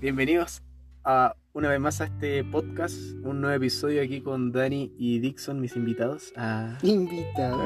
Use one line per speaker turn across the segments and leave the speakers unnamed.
Bienvenidos a una vez más a este podcast, un nuevo episodio aquí con Dani y Dixon, mis invitados. a-
Invitado.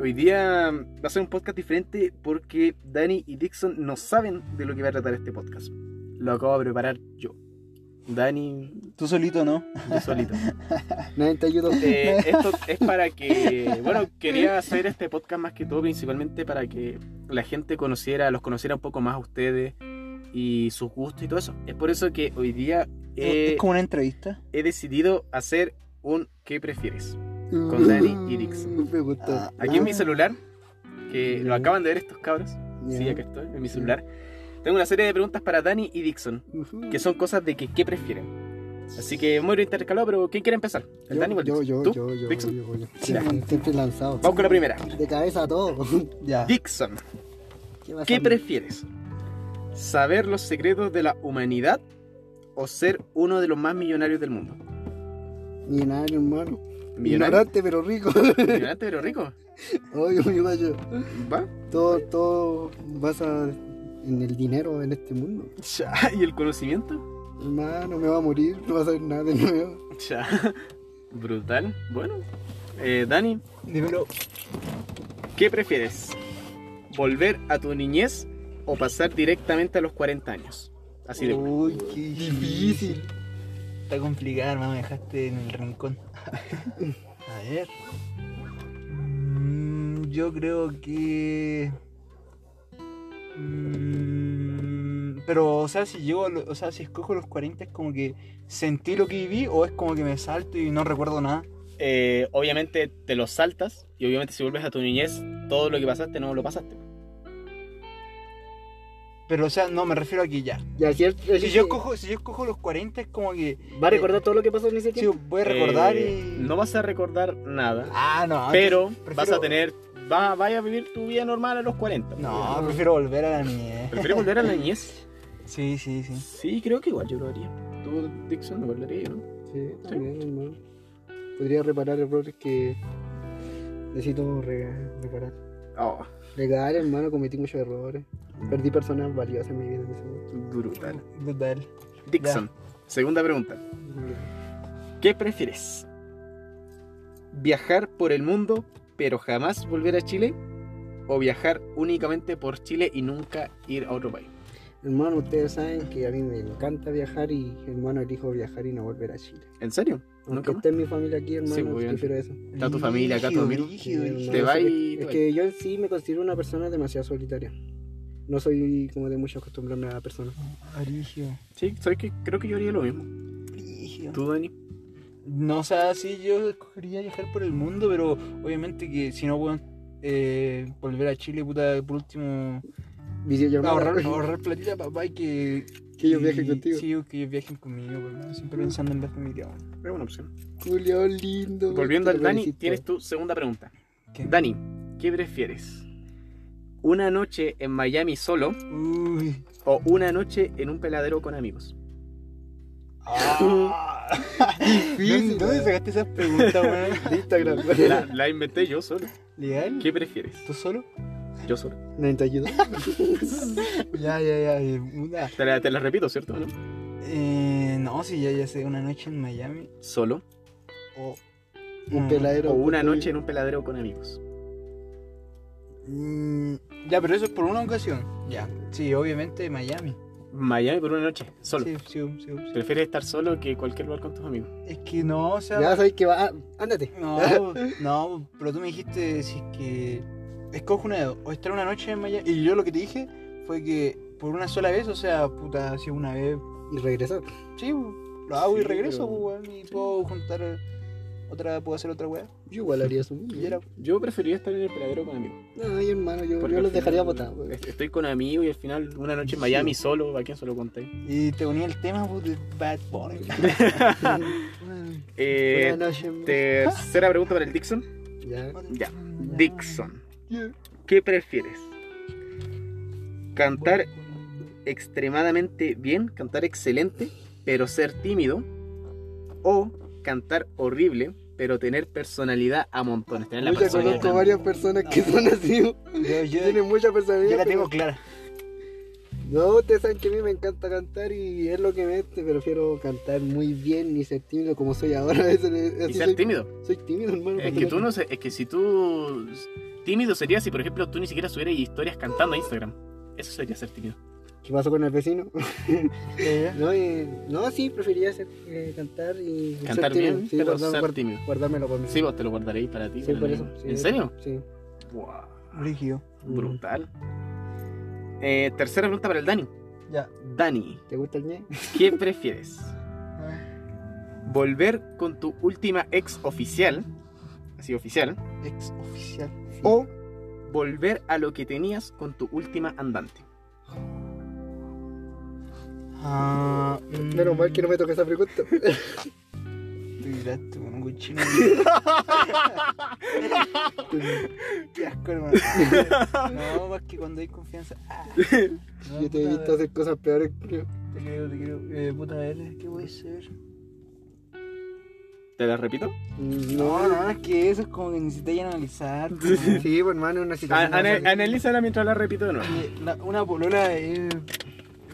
Hoy día mm, va a ser un podcast diferente porque Dani y Dixon no saben de lo que va a tratar este podcast. Lo acabo de preparar yo. Dani,
Tú solito, ¿no?
yo solito.
Nadie te ayudó.
Eh, esto es para que, bueno, quería hacer este podcast más que todo principalmente para que la gente conociera, los conociera un poco más a ustedes y sus gustos y todo eso. Es por eso que hoy día eh, he,
es como una entrevista.
he decidido hacer un ¿qué prefieres? con Dani y Dixon.
Mm, Me gustó.
Ah,
Aquí en mi celular, que lo
Ya.
acaban de ver estos cabros,
Ya.
sí, acá estoy, en mi celular, tengo una serie de preguntas para Dani y Dixon,
Ujú.
que son cosas de que ¿qué prefieren? Así que muy intercalado, pero ¿quién quiere empezar? ¿El
Yo,
Dani o el
yo,
Dixon?
yo,
¿Tú?
yo, yo,
Dixon?
yo, yo.
Ya.
Siempre, siempre lanzado.
Vamos con la primera.
De cabeza a todo.
Ya.
Dixon,
¿Qué, pasa?
¿Qué prefieres? ¿Saber los secretos de la humanidad o ser uno de los más millonarios del mundo?
Millonario, hermano.
Millonario.
Ignorante, pero rico.
Ignorante, pero rico.
Oye, mi gallo.
¿Va?
Todo, todo basa en el dinero en este mundo.
Ya, ¿Y el conocimiento?
Hermano, me va a morir. No va a saber nada de nuevo.
Ya. Brutal. Bueno. Eh, Dani,
Dímelo.
¿qué prefieres? ¿Volver a tu niñez o pasar directamente a los 40 años? Así
Uh,
de... una.
Uy, qué difícil. Está complicado, hermano. Me dejaste en el rincón. A ver. Mm, Yo creo que. Mm, Pero, o sea, si llego, a lo- o sea, si escojo los 40 es como que sentí lo que viví o es como que me salto y no recuerdo nada.
Eh, obviamente te los saltas y obviamente si vuelves a tu niñez, todo lo que pasaste no lo pasaste.
Pero, o sea, no, me refiero a que ya.
Ya, cierto.
Si yo escojo, si yo escojo los 40 es como que
¿Va a recordar todo lo que pasó en ese
Sí,
tiempo?
voy a recordar
Eh,
y.
No vas a recordar nada.
Ah, no.
Pero
entonces
vas a
prefiero-
tener. Va, vaya a vivir tu vida normal a los 40.
No, prefiero volver a la niñez.
¿Prefieres volver a la niñez?
Sí, sí, sí.
Sí, creo que igual yo lo haría. Tú, Dixon, no lo haría, ¿no?
Sí, también, hermano. Podría reparar errores que necesito re- reparar.
Oh,
Legal, hermano, cometí muchos errores. Perdí personas valiosas en mi vida en ese momento.
brutal.
Total.
Dixon, segunda pregunta. ¿Qué prefieres? ¿Viajar por el mundo, pero jamás volver a Chile? ¿O viajar únicamente por Chile y nunca ir a otro país?
Hermano, ustedes saben que a mí me encanta viajar y, hermano, elijo viajar y no volver a Chile.
¿En serio?
Aunque
¿Nunca más?
esté mi familia aquí, hermano,
Sí, muy bien.
prefiero eso.
Está tu familia acá, tu amigo.
Sí,
brígido, brígido.
hermano,
Te va
eso que-
y-
Es que yo en sí me considero una persona demasiado solitaria. No soy como de mucho acostumbrarme a personas.
Brígido,
Sí, ¿sabes qué? creo que yo haría lo mismo.
brígido.
¿Tú, Dani?
No, o sea, sí, yo escogería viajar por el mundo, pero obviamente que si no, puedo volver a Chile, puta, por último,
Videollamada.
ahorrar, ahorrar platita, papá, y que.
Que ellos viajen contigo.
Sí, que ellos viajen conmigo, hermano. Siempre pensando en la familia, weón.
Es buena opción.
Julio, lindo.
Volviendo
te
al
lo
Dani,
felicito.
tienes tu segunda pregunta.
¿Qué?
Dani, ¿qué prefieres? ¿Una noche en Miami solo
Uy.
o una noche en un peladero con amigos?
Ah.
Difícil,
¿Dónde
weón.
sacaste esas preguntas, weón?
De Instagram.
La, la inventé yo solo.
¿Legal?
¿Qué prefieres?
¿Tú solo?
Yo solo.
Nadie te ayuda.
Ya, ya, ya. eh, Una.
Te la, te la repito, ¿cierto? ¿No?
Eh, no, si ya, ya sé, una noche en Miami.
Solo
O.
Un
Mm,
peladero.
o una noche en un peladero con amigos.
mm, ya, pero eso es por una ocasión. Ya. Sí, obviamente Miami.
Miami por una noche, solo.
Sí, sí, sí, sí.
¿Prefieres estar solo que cualquier lugar con tus amigos?
Es que no, o sea.
Ya sabes que va. Ah, Ándate.
No, no, pero tú me dijiste si es que. Escojo una de dos. O estar una noche en Miami. Y yo lo que te dije fue que por una sola vez, o sea, puta, si una vez
Y regresar.
Sí, lo hago y
Sí,
regreso,
pero-
pues, weón, y puedo juntar otra, puedo hacer otra weá.
Yo igual haría eso.
Y era,
Yo preferiría estar en el peladero con amigos.
Ay, hermano, yo,
porque
yo
al
los dejaría
final
botados. weón.
est- Estoy con amigos y al final una noche en Miami solo, ¿a quién se lo conté?
y te unía el tema pues, de Bad Bunny.
Eh,
Una noche en-
tercera pregunta para el Dixon.
Ya.
Ya. Dixon, ¿qué prefieres? ¿Cantar extremadamente bien, cantar excelente, pero ser tímido? ¿O cantar horrible, pero tener personalidad a montones? Tener la
Yo ya
personalidad
conozco
grande.
varias personas que son así.
Yo, yo,
Tienen mucha
yo
personalidad.
la tengo clara.
No, ustedes saben que a mí me encanta cantar y es lo que me este, prefiero cantar muy bien y ser tímido como soy ahora. Eso, eso
Y
soy,
ser tímido.
soy tímido, hermano.
Es
cuando
que
me-
tú no sé, es que si tú tímido sería si por ejemplo tú ni siquiera subieras historias cantando a Instagram. Eso sería ser tímido.
¿Qué pasó con el vecino?
Ya, ya.
No, eh, no sí, preferiría ser, eh, cantar y ser
Cantar
tímido,
bien,
sí,
pero
guardar-
ser
guard-
tímido.
guardármelo conmigo.
Sí, vos te lo guardaréis para ti.
Sí,
para
por
mí.
eso. sí.
¿En serio?
Sí.
Wow,
Brígido.
brutal. Eh, tercera pregunta para el Dani.
Ya.
Dani,
¿Te gusta el ñe?
¿qué prefieres? ¿Volver con tu última ex oficial? Así oficial.
Ex oficial.
O volver a lo que tenías con tu última andante.
Ah, mm,
Menos mal que no me toca esa pregunta.
Te tiraste con un cochino. Qué asco, hermano. No, más que cuando hay confianza. Ah. No,
Yo te he
puta,
visto hacer cosas peores, creo.
Te creo, te creo. Eh, puta, a ver, ¿qué voy a hacer?
¿Te la repito?
Mm,
No, no, es que eso es como que necesitáis analizar. como-
Sí, pues, hermano, es una situación.
A- ana-
normal.
Ah, analízala mientras la repito de nuevo.
Eh, la- una polola es.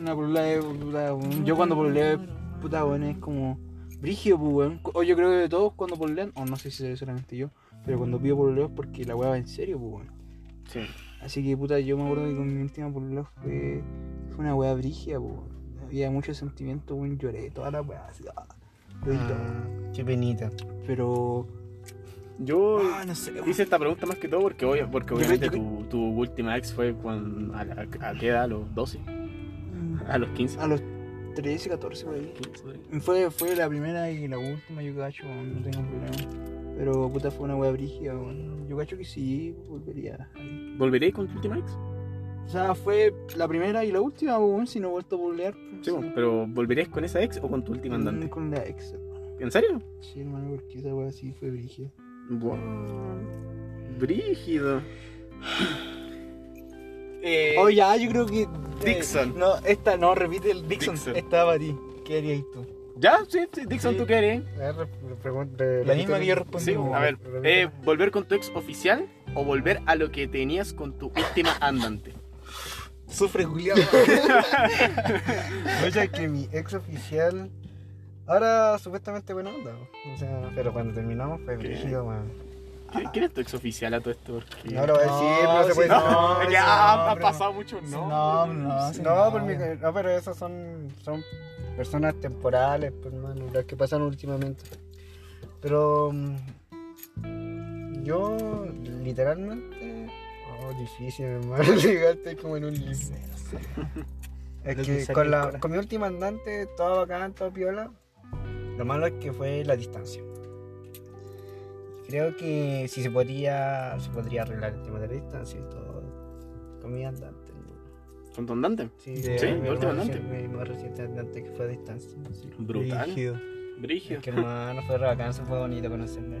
Una polola es. puta, weón. yo cuando pololeo es. Puta, weón, es como. Brígido, pues, weón. O yo creo que todos cuando pololean, o no sé si seré solamente yo, pero cuando pido pololeo es porque la weá va en serio, pues, weón.
Sí.
Así que, puta, yo me acuerdo que con mi última pololeo fue. Fue una weá brígida, pues, weón. Había mucho sentimiento, weón. Lloré toda la weá, así. ah, lo di todo.
qué penita.
Pero.
Yo
Ah, no sé, weón.
hice esta pregunta más que todo porque, obvio- porque
Yo
obviamente
creo
tu, tu última ex fue cuando, a, la- a qué edad, a los 12, a los 15.
A los 13, 14, por ahí. Fue, fue la primera y la última, yo cacho, weón, no tengo problema. Pero puta fue una wea brígida, weón. Yo cacho que sí, volvería.
¿Volveréis con tu última ex?
O sea, fue la primera y la última, weón, si no he vuelto a bolear.
Sí, bueno, pero ¿volverías con esa ex o con tu última andante?
Con la ex, hermano.
¿En serio?
Sí, hermano, porque esa wea sí fue brígida.
Mm. Brígido. Eh,
Oh, ya, yo creo que. eh,
Dixon.
no, esta, no, repite el Dixon.
Dixon.
Esta para ti. ¿Qué harías tú?
Ya, sí, sí, Dixon,
Sí.
¿tú qué harías?
La misma que yo
Pues
respondí.
Sí,
weón.
a ver, eh, ¿volver con tu ex oficial o volver a lo que tenías con tu última andante?
Sufre, Julián.
Oye, Pues que mi ex oficial. Ahora supuestamente buena onda. O sea, pero cuando terminamos fue brígido, weón.
¿Qui- ¿Quién es tu ex oficial a todo esto? Porque-
No lo voy a decir,
No,
no se
sí,
puede
no,
decir.
No,
ese
ya
no,
ha
pero-
pasado mucho, ¿no?
No, no, sí,
No, por mi- no, pero esas son, son personas temporales, pues, hermano, las que pasan últimamente. Pero mm, yo, literalmente, oh, difícil, hermano, llegaste como en un limbo.
Lo
Es
que
que
salió
con, la,
cola.
con mi última andante, toda bacán, toda piola, lo malo es que fue la distancia. Creo que si se podría, se podría arreglar el tema de la distancia y todo con mi andante.
¿Con tu andante?
Sí,
Sí,
mi
la última
más
andante.
reci- Mi más reciente andante que fue a distancia. Sí.
Brutal.
Brígido.
Brígido.
Es que hermano, fue re bacán, se fue bonito conocerla.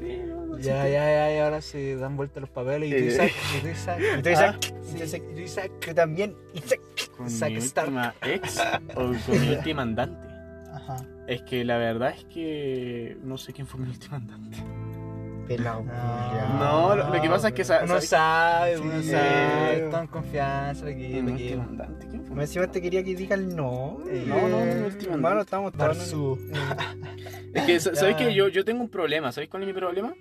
Sí, no, no,
Ya,
sí.
ya, ya, y ahora se dan vuelta los papeles y tú
Eh.
Isaac, y tú Isaac,
Y tú,
Ah,
Isaac,
sí,
Isaac,
y tú Isaac.
Yo también.
¿Con
Zack
mi
Stark.
última ex o con mi última andante?
Ah, Ajá.
Es que la verdad es que no sé quién fue mi última andante.
Pelado.
No, lo- lo que pasa es que esa-
Uno
¿sabes?
sabe, uno
Sí.
sabe, está en confianza, aquí,
mi
aquí.
última andante? ¿Quién fue?
Me encima te quería que diga el no.
Eh,
No, no, no, última andante.
Hermano, estamos todos. en-
Tarsu.
Es que, sa-
Ya.
¿sabes qué? Yo, yo tengo un problema. ¿Sabéis cuál es mi problema?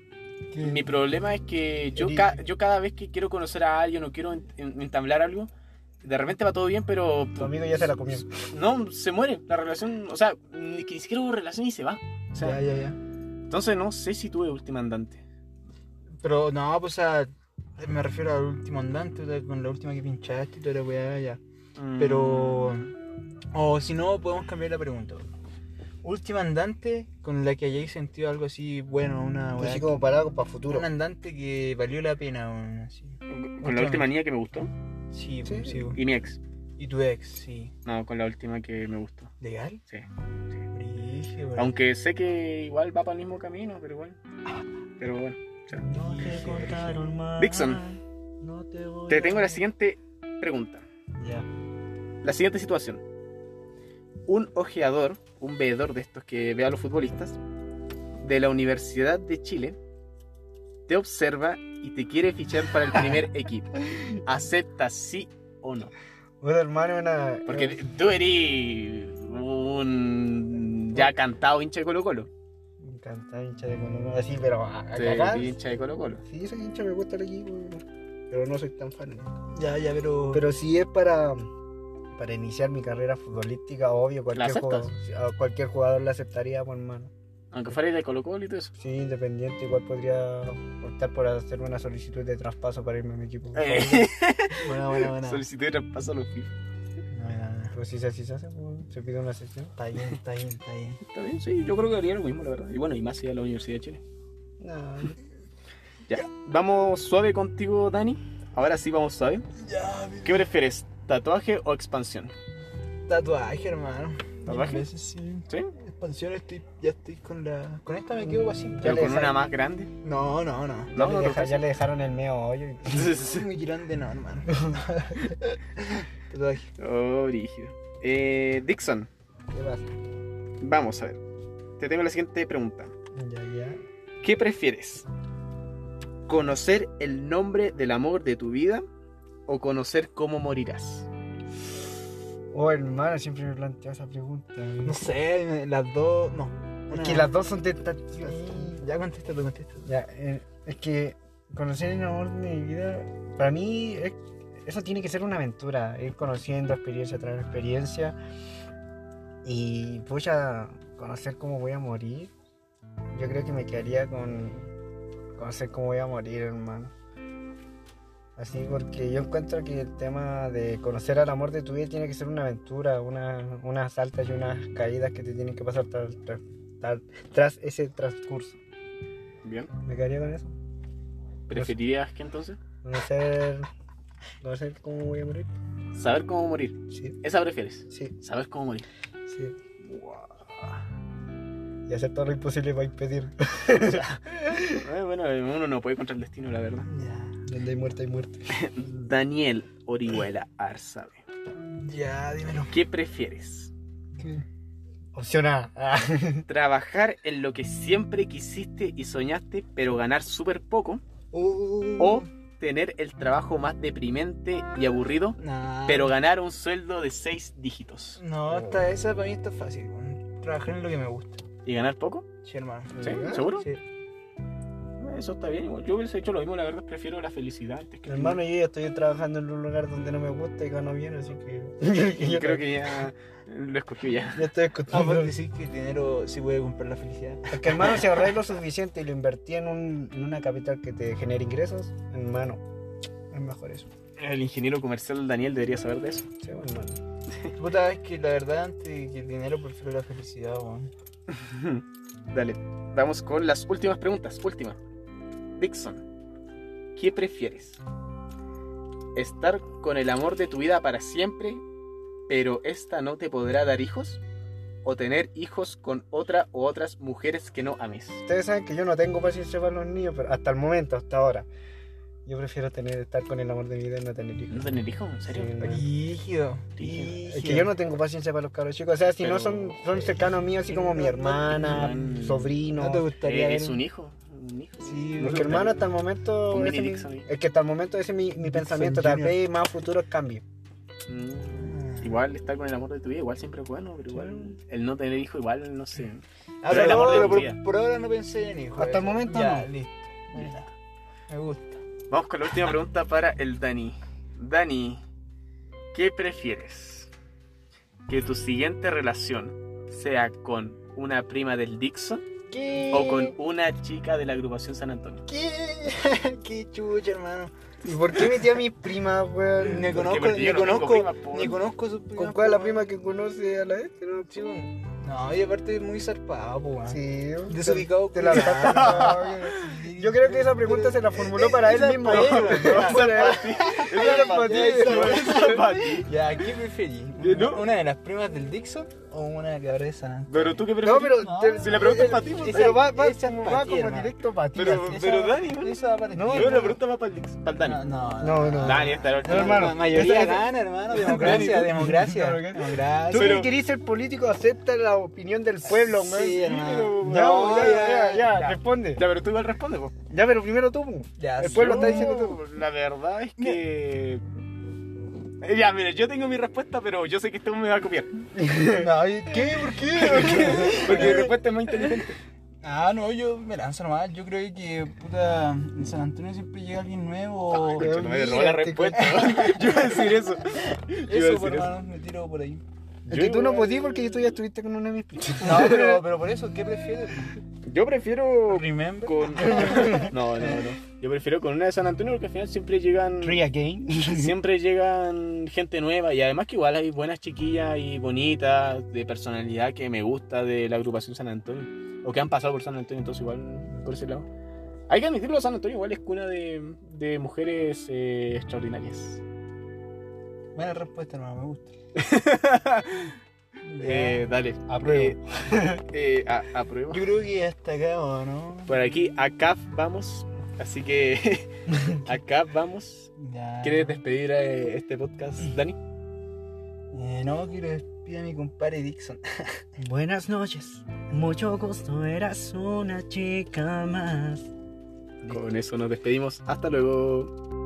Mi problema es que yo,
Eres-
ca- yo cada vez que quiero conocer a alguien o quiero en- en- entablar algo, de repente va todo bien, pero
Tu amigo ya se la comió.
no, se muere. La relación, o sea, ni, que ni siquiera hubo relación y se va. O sea,
Ya, ya, ya.
entonces no sé si tuve última andante.
Pero no, pues a. Me refiero al último andante, o sea, con la última que pinchaste y toda la weá, ya.
Mm,
Pero. O si no, podemos cambiar la pregunta. Última andante con la que hayáis sentido algo así, bueno, una
Así
weá.
como parado para futuro.
Un andante que valió la pena, weón, así.
Con la última niña que me gustó
Sí, pues,
Sí.
sí. weón.
y mi ex.
Y tu ex, sí.
No, con la última que me gustó.
¿Legal?
Sí.
Brigio, weón.
Aunque sé que igual va para el mismo camino, pero igual. Ah, Pero bueno.
No te contaron más.
Dixon.
No te voy
Te
a-
tengo la siguiente pregunta.
Ya.
La siguiente situación. Un ojeador, un veedor de estos que ve a los futbolistas, de la Universidad de Chile, te observa y te quiere fichar para el primer equipo. ¿Aceptas sí o no?
Bueno, hermano, una.
Porque tú eres un ya cantado hincha de Colo Colo.
Me encanta hincha de Colo Colo. Así, pero a, a
Tú
cagar.
eres hincha de Colo Colo.
Sí, soy hincha, me gusta el equipo. Pero no soy tan fan.
Ya, ya, pero.
Pero si es para, para iniciar mi carrera futbolística, obvio, cualquier,
aceptas?
jugador, a cualquier jugador la aceptaría, por hermano.
Aunque fuera de Colo Colo y todo eso.
Sí, independiente, igual podría optar por hacer una solicitud de traspaso para irme a mi equipo.
Eh,
Buena, buena, buena.
Solicité traspaso a los FIFA.
Buena.
Pues si se, si se hace, pues, se pide una sesión.
Está bien, está bien, está bien.
Está bien, sí, yo creo que haría lo mismo, la verdad. Y bueno, y más si a la Universidad de Chile.
No,
Ya, vamos suave contigo, Dani. Ahora sí vamos suave.
Ya, mi
¿Qué prefieres, tatuaje o expansión?
tatuaje, hermano.
¿Tatuaje?
Mil veces, sí.
¿Sí?
Expansión, estoy, ya estoy con la. Con esta me quedo así.
Pero
le
con una
sale.
más grande.
No, no, no.
No,
le
no,
deja-
no.
ya le dejaron el medio hoyo. y-
Muy grande, no, hermano. Tatuaje.
Oh, rígido. Eh, Dixon,
¿Qué pasa?
vamos a ver. Te tengo la siguiente pregunta.
Ya, ya.
¿Qué prefieres? ¿Conocer el nombre del amor de tu vida o conocer cómo morirás?
Oh, hermano, siempre me planteo esa pregunta.
No sé, me- las dos. No.
Es
Una-
que las dos son tentativas.
Sí, Ya contesta, tú contesta.
Ya, eh, es que conocer el amor de mi vida, para mí es- eso tiene que ser una aventura, ir conociendo experiencia tras experiencia y voy a conocer cómo voy a morir. Yo creo que me quedaría con conocer cómo voy a morir, hermano. Así porque yo encuentro que el tema de conocer al amor de tu vida tiene que ser una aventura, una- unas altas y unas caídas que te tienen que pasar tras- tras- tras- tras ese transcurso.
Bien.
Me quedaría con eso.
¿Preferirías qué entonces?
Conocer. Conocer cómo voy a morir.
Saber cómo morir.
Sí,
Esa prefieres.
sí,
Saber cómo morir.
sí. Y hacer todo lo imposible para impedir.
Eh, bueno, uno no puede contra el destino, la verdad.
Ya.
Donde hay muerte, hay muerte.
Daniel Orihuela Arzabe.
Ya, dímelo.
¿Qué prefieres?
Opción A. Ah.
¿Trabajar en lo que siempre quisiste y soñaste, pero ganar súper poco?
Uh,
¿O tener el trabajo más deprimente y aburrido,
Nah.
pero ganar un sueldo de seis dígitos?
No, esta, esa para mí está fácil. weón. Trabajar en lo que me gusta.
¿Y ganar poco?
Sí, hermano.
¿Sí? ¿Seguro?
Sí.
Eso está bien. igual. Yo hubiese hecho lo mismo, la verdad, prefiero la felicidad antes que el
Hermano, yo ya estoy trabajando en un lugar donde no me gusta y gano bien, así que. pues,
dinero. Creo que ya lo escogió ya.
Ya estoy
Ah, porque
acostumbrado.
decir que el dinero sí puede comprar la felicidad.
Porque hermano, si ahorré lo suficiente y lo invertí en, un- en una capital que te genere ingresos, hermano, es mejor eso.
El ingeniero comercial Daniel debería saber de eso.
Sí, hermano.
Puta, es que la verdad, antes que el dinero prefiero la felicidad, weón.
Dale, vamos con las últimas preguntas. Última. Dixon, ¿qué prefieres? ¿Estar con el amor de tu vida para siempre, pero esta no te podrá dar hijos? ¿O tener hijos con otra o otras mujeres que no ames?
Ustedes saben que yo no tengo paciencia para los niños, pero hasta el momento, hasta ahora. Yo prefiero tener, estar con el amor de mi vida y no tener hijos.
¿No tener hijos? ¿En serio?
Sí, no.
Rígido.
Rígido.
Es que yo no tengo paciencia para los cabros chicos. O sea, si
Pero-
no son, son cercanos míos, así como mi hermana,
Mm.
sobrino.
¿No te gustaría
Eh, es
ver-
un hijo. Un hijo.
Sí,
Porque
weón.
hermano, hasta el momento.
Un
ese
mini
mi-
Dixon ahí.
es que hasta el momento ese es mi, mi pensamiento. Tal
Junior.
vez más futuros cambios.
Mm.
Ah.
Igual estar con el amor de tu vida, igual siempre es bueno, pero igual el no tener hijo, igual no sé.
Ah,
Pero el
pero,
amor de
pero
tu
por,
vida.
por ahora no pensé en hijo.
Hasta el
eso.
momento
ya,
no.
listo. Ya. Me gusta.
Vamos con la última pregunta para el Dani. Dani, ¿qué prefieres? ¿Que tu siguiente relación sea con una prima del Dixon
¿Qué?
o
Eh.
con una chica de la agrupación San Antonio?
¿Qué? ¿Qué chucha, hermano?
¿Y por qué metí a mis primas, weón?
Ni
Eh, Porque
conozco,
pues yo
ni
no tengo
conozco,
prima, po.
ni conozco su prima.
¿Con cuál es la
po,
prima que conoce a la este? No,
Sí, weón. No, y aparte es muy zarpado, po, weón.
Sí,
Ah. Desubicado,
Te la
culiao.
Yo creo que esa pregunta se la formuló para él
Esa
mismo.
pa' él, weón.
Esa era para ti.
Esa era para ti.
Ya, ¿qué preferís?
Eh, no.
¿Una de las primas del Dixon o una cabra de San Antonio?
Pero tú qué prefieres?
No, pero te-
Si la pregunta es para ti, pues,
Esa-
Pero va, va,
esa es
como-
pa'
va
ti,
como
hermano.
directo para ti.
Pero-
así.
pero Dani, ¿no?
Eso va para ti.
No,
Yo la pregunta va para el, Dix- para el Dani.
No, no.
No, no.
Dani, esta es la
No,
última.
hermano,
La mayoría
esa-
gana, hermano. Democracia,
Dani,
democracia.
Claro
Tú
que- Tú
Democracia.
Pero-
que querés ser político, acepta la opinión del pueblo,
Sí,
man.
hermano.
Ya,
No,
ya,
ya,
ya, ya,
ya.
responde.
Ya, pero tú igual responde, po.
Ya, pero primero tú. po.
Ya,
El
sí.
pueblo está diciendo tú.
La verdad es que. Ya, mira, yo tengo mi respuesta, pero yo sé que este hombre me va a copiar.
Ay, ¿Qué? ¿Por qué? ¿Por qué?
Porque mi respuesta es más inteligente.
Ah, no, yo me lanzo nomás. Yo creo que, puta, en San Antonio siempre llega alguien nuevo.
Ay,
Concha, no me robó la
Mira, te
respuesta. Yo iba a decir eso. Yo iba a
eso,
decir
por
eso.
hermano, me tiro por ahí.
Es que tú no podías porque tú ya estuviste con una de mis primas.
No, pero, pero por eso, ¿qué prefieres?
Yo prefiero
Remember.
con. No, no, no. Yo prefiero con una de San Antonio porque al final siempre llegan.
again.
Siempre llegan gente nueva y además que igual hay buenas chiquillas y bonitas de personalidad que me gusta de la agrupación San Antonio. O que han pasado por San Antonio, entonces igual por ese lado. Hay que admitirlo, San Antonio igual es cuna de, de mujeres eh, extraordinarias.
Buena respuesta, hermano, me gusta.
Eh, dale.
Apruebo.
Eh, eh, a- apruebo.
Yo creo que hasta acá, ¿o no?
Por aquí, acá vamos. Así que acá vamos.
Ya.
¿Quieres despedir a eh, este podcast, Dani?
Eh, no, quiero despedir a mi compadre Dixon.
Buenas noches. Mucho gusto, eras una chica más.
Con eso nos despedimos. Hasta luego.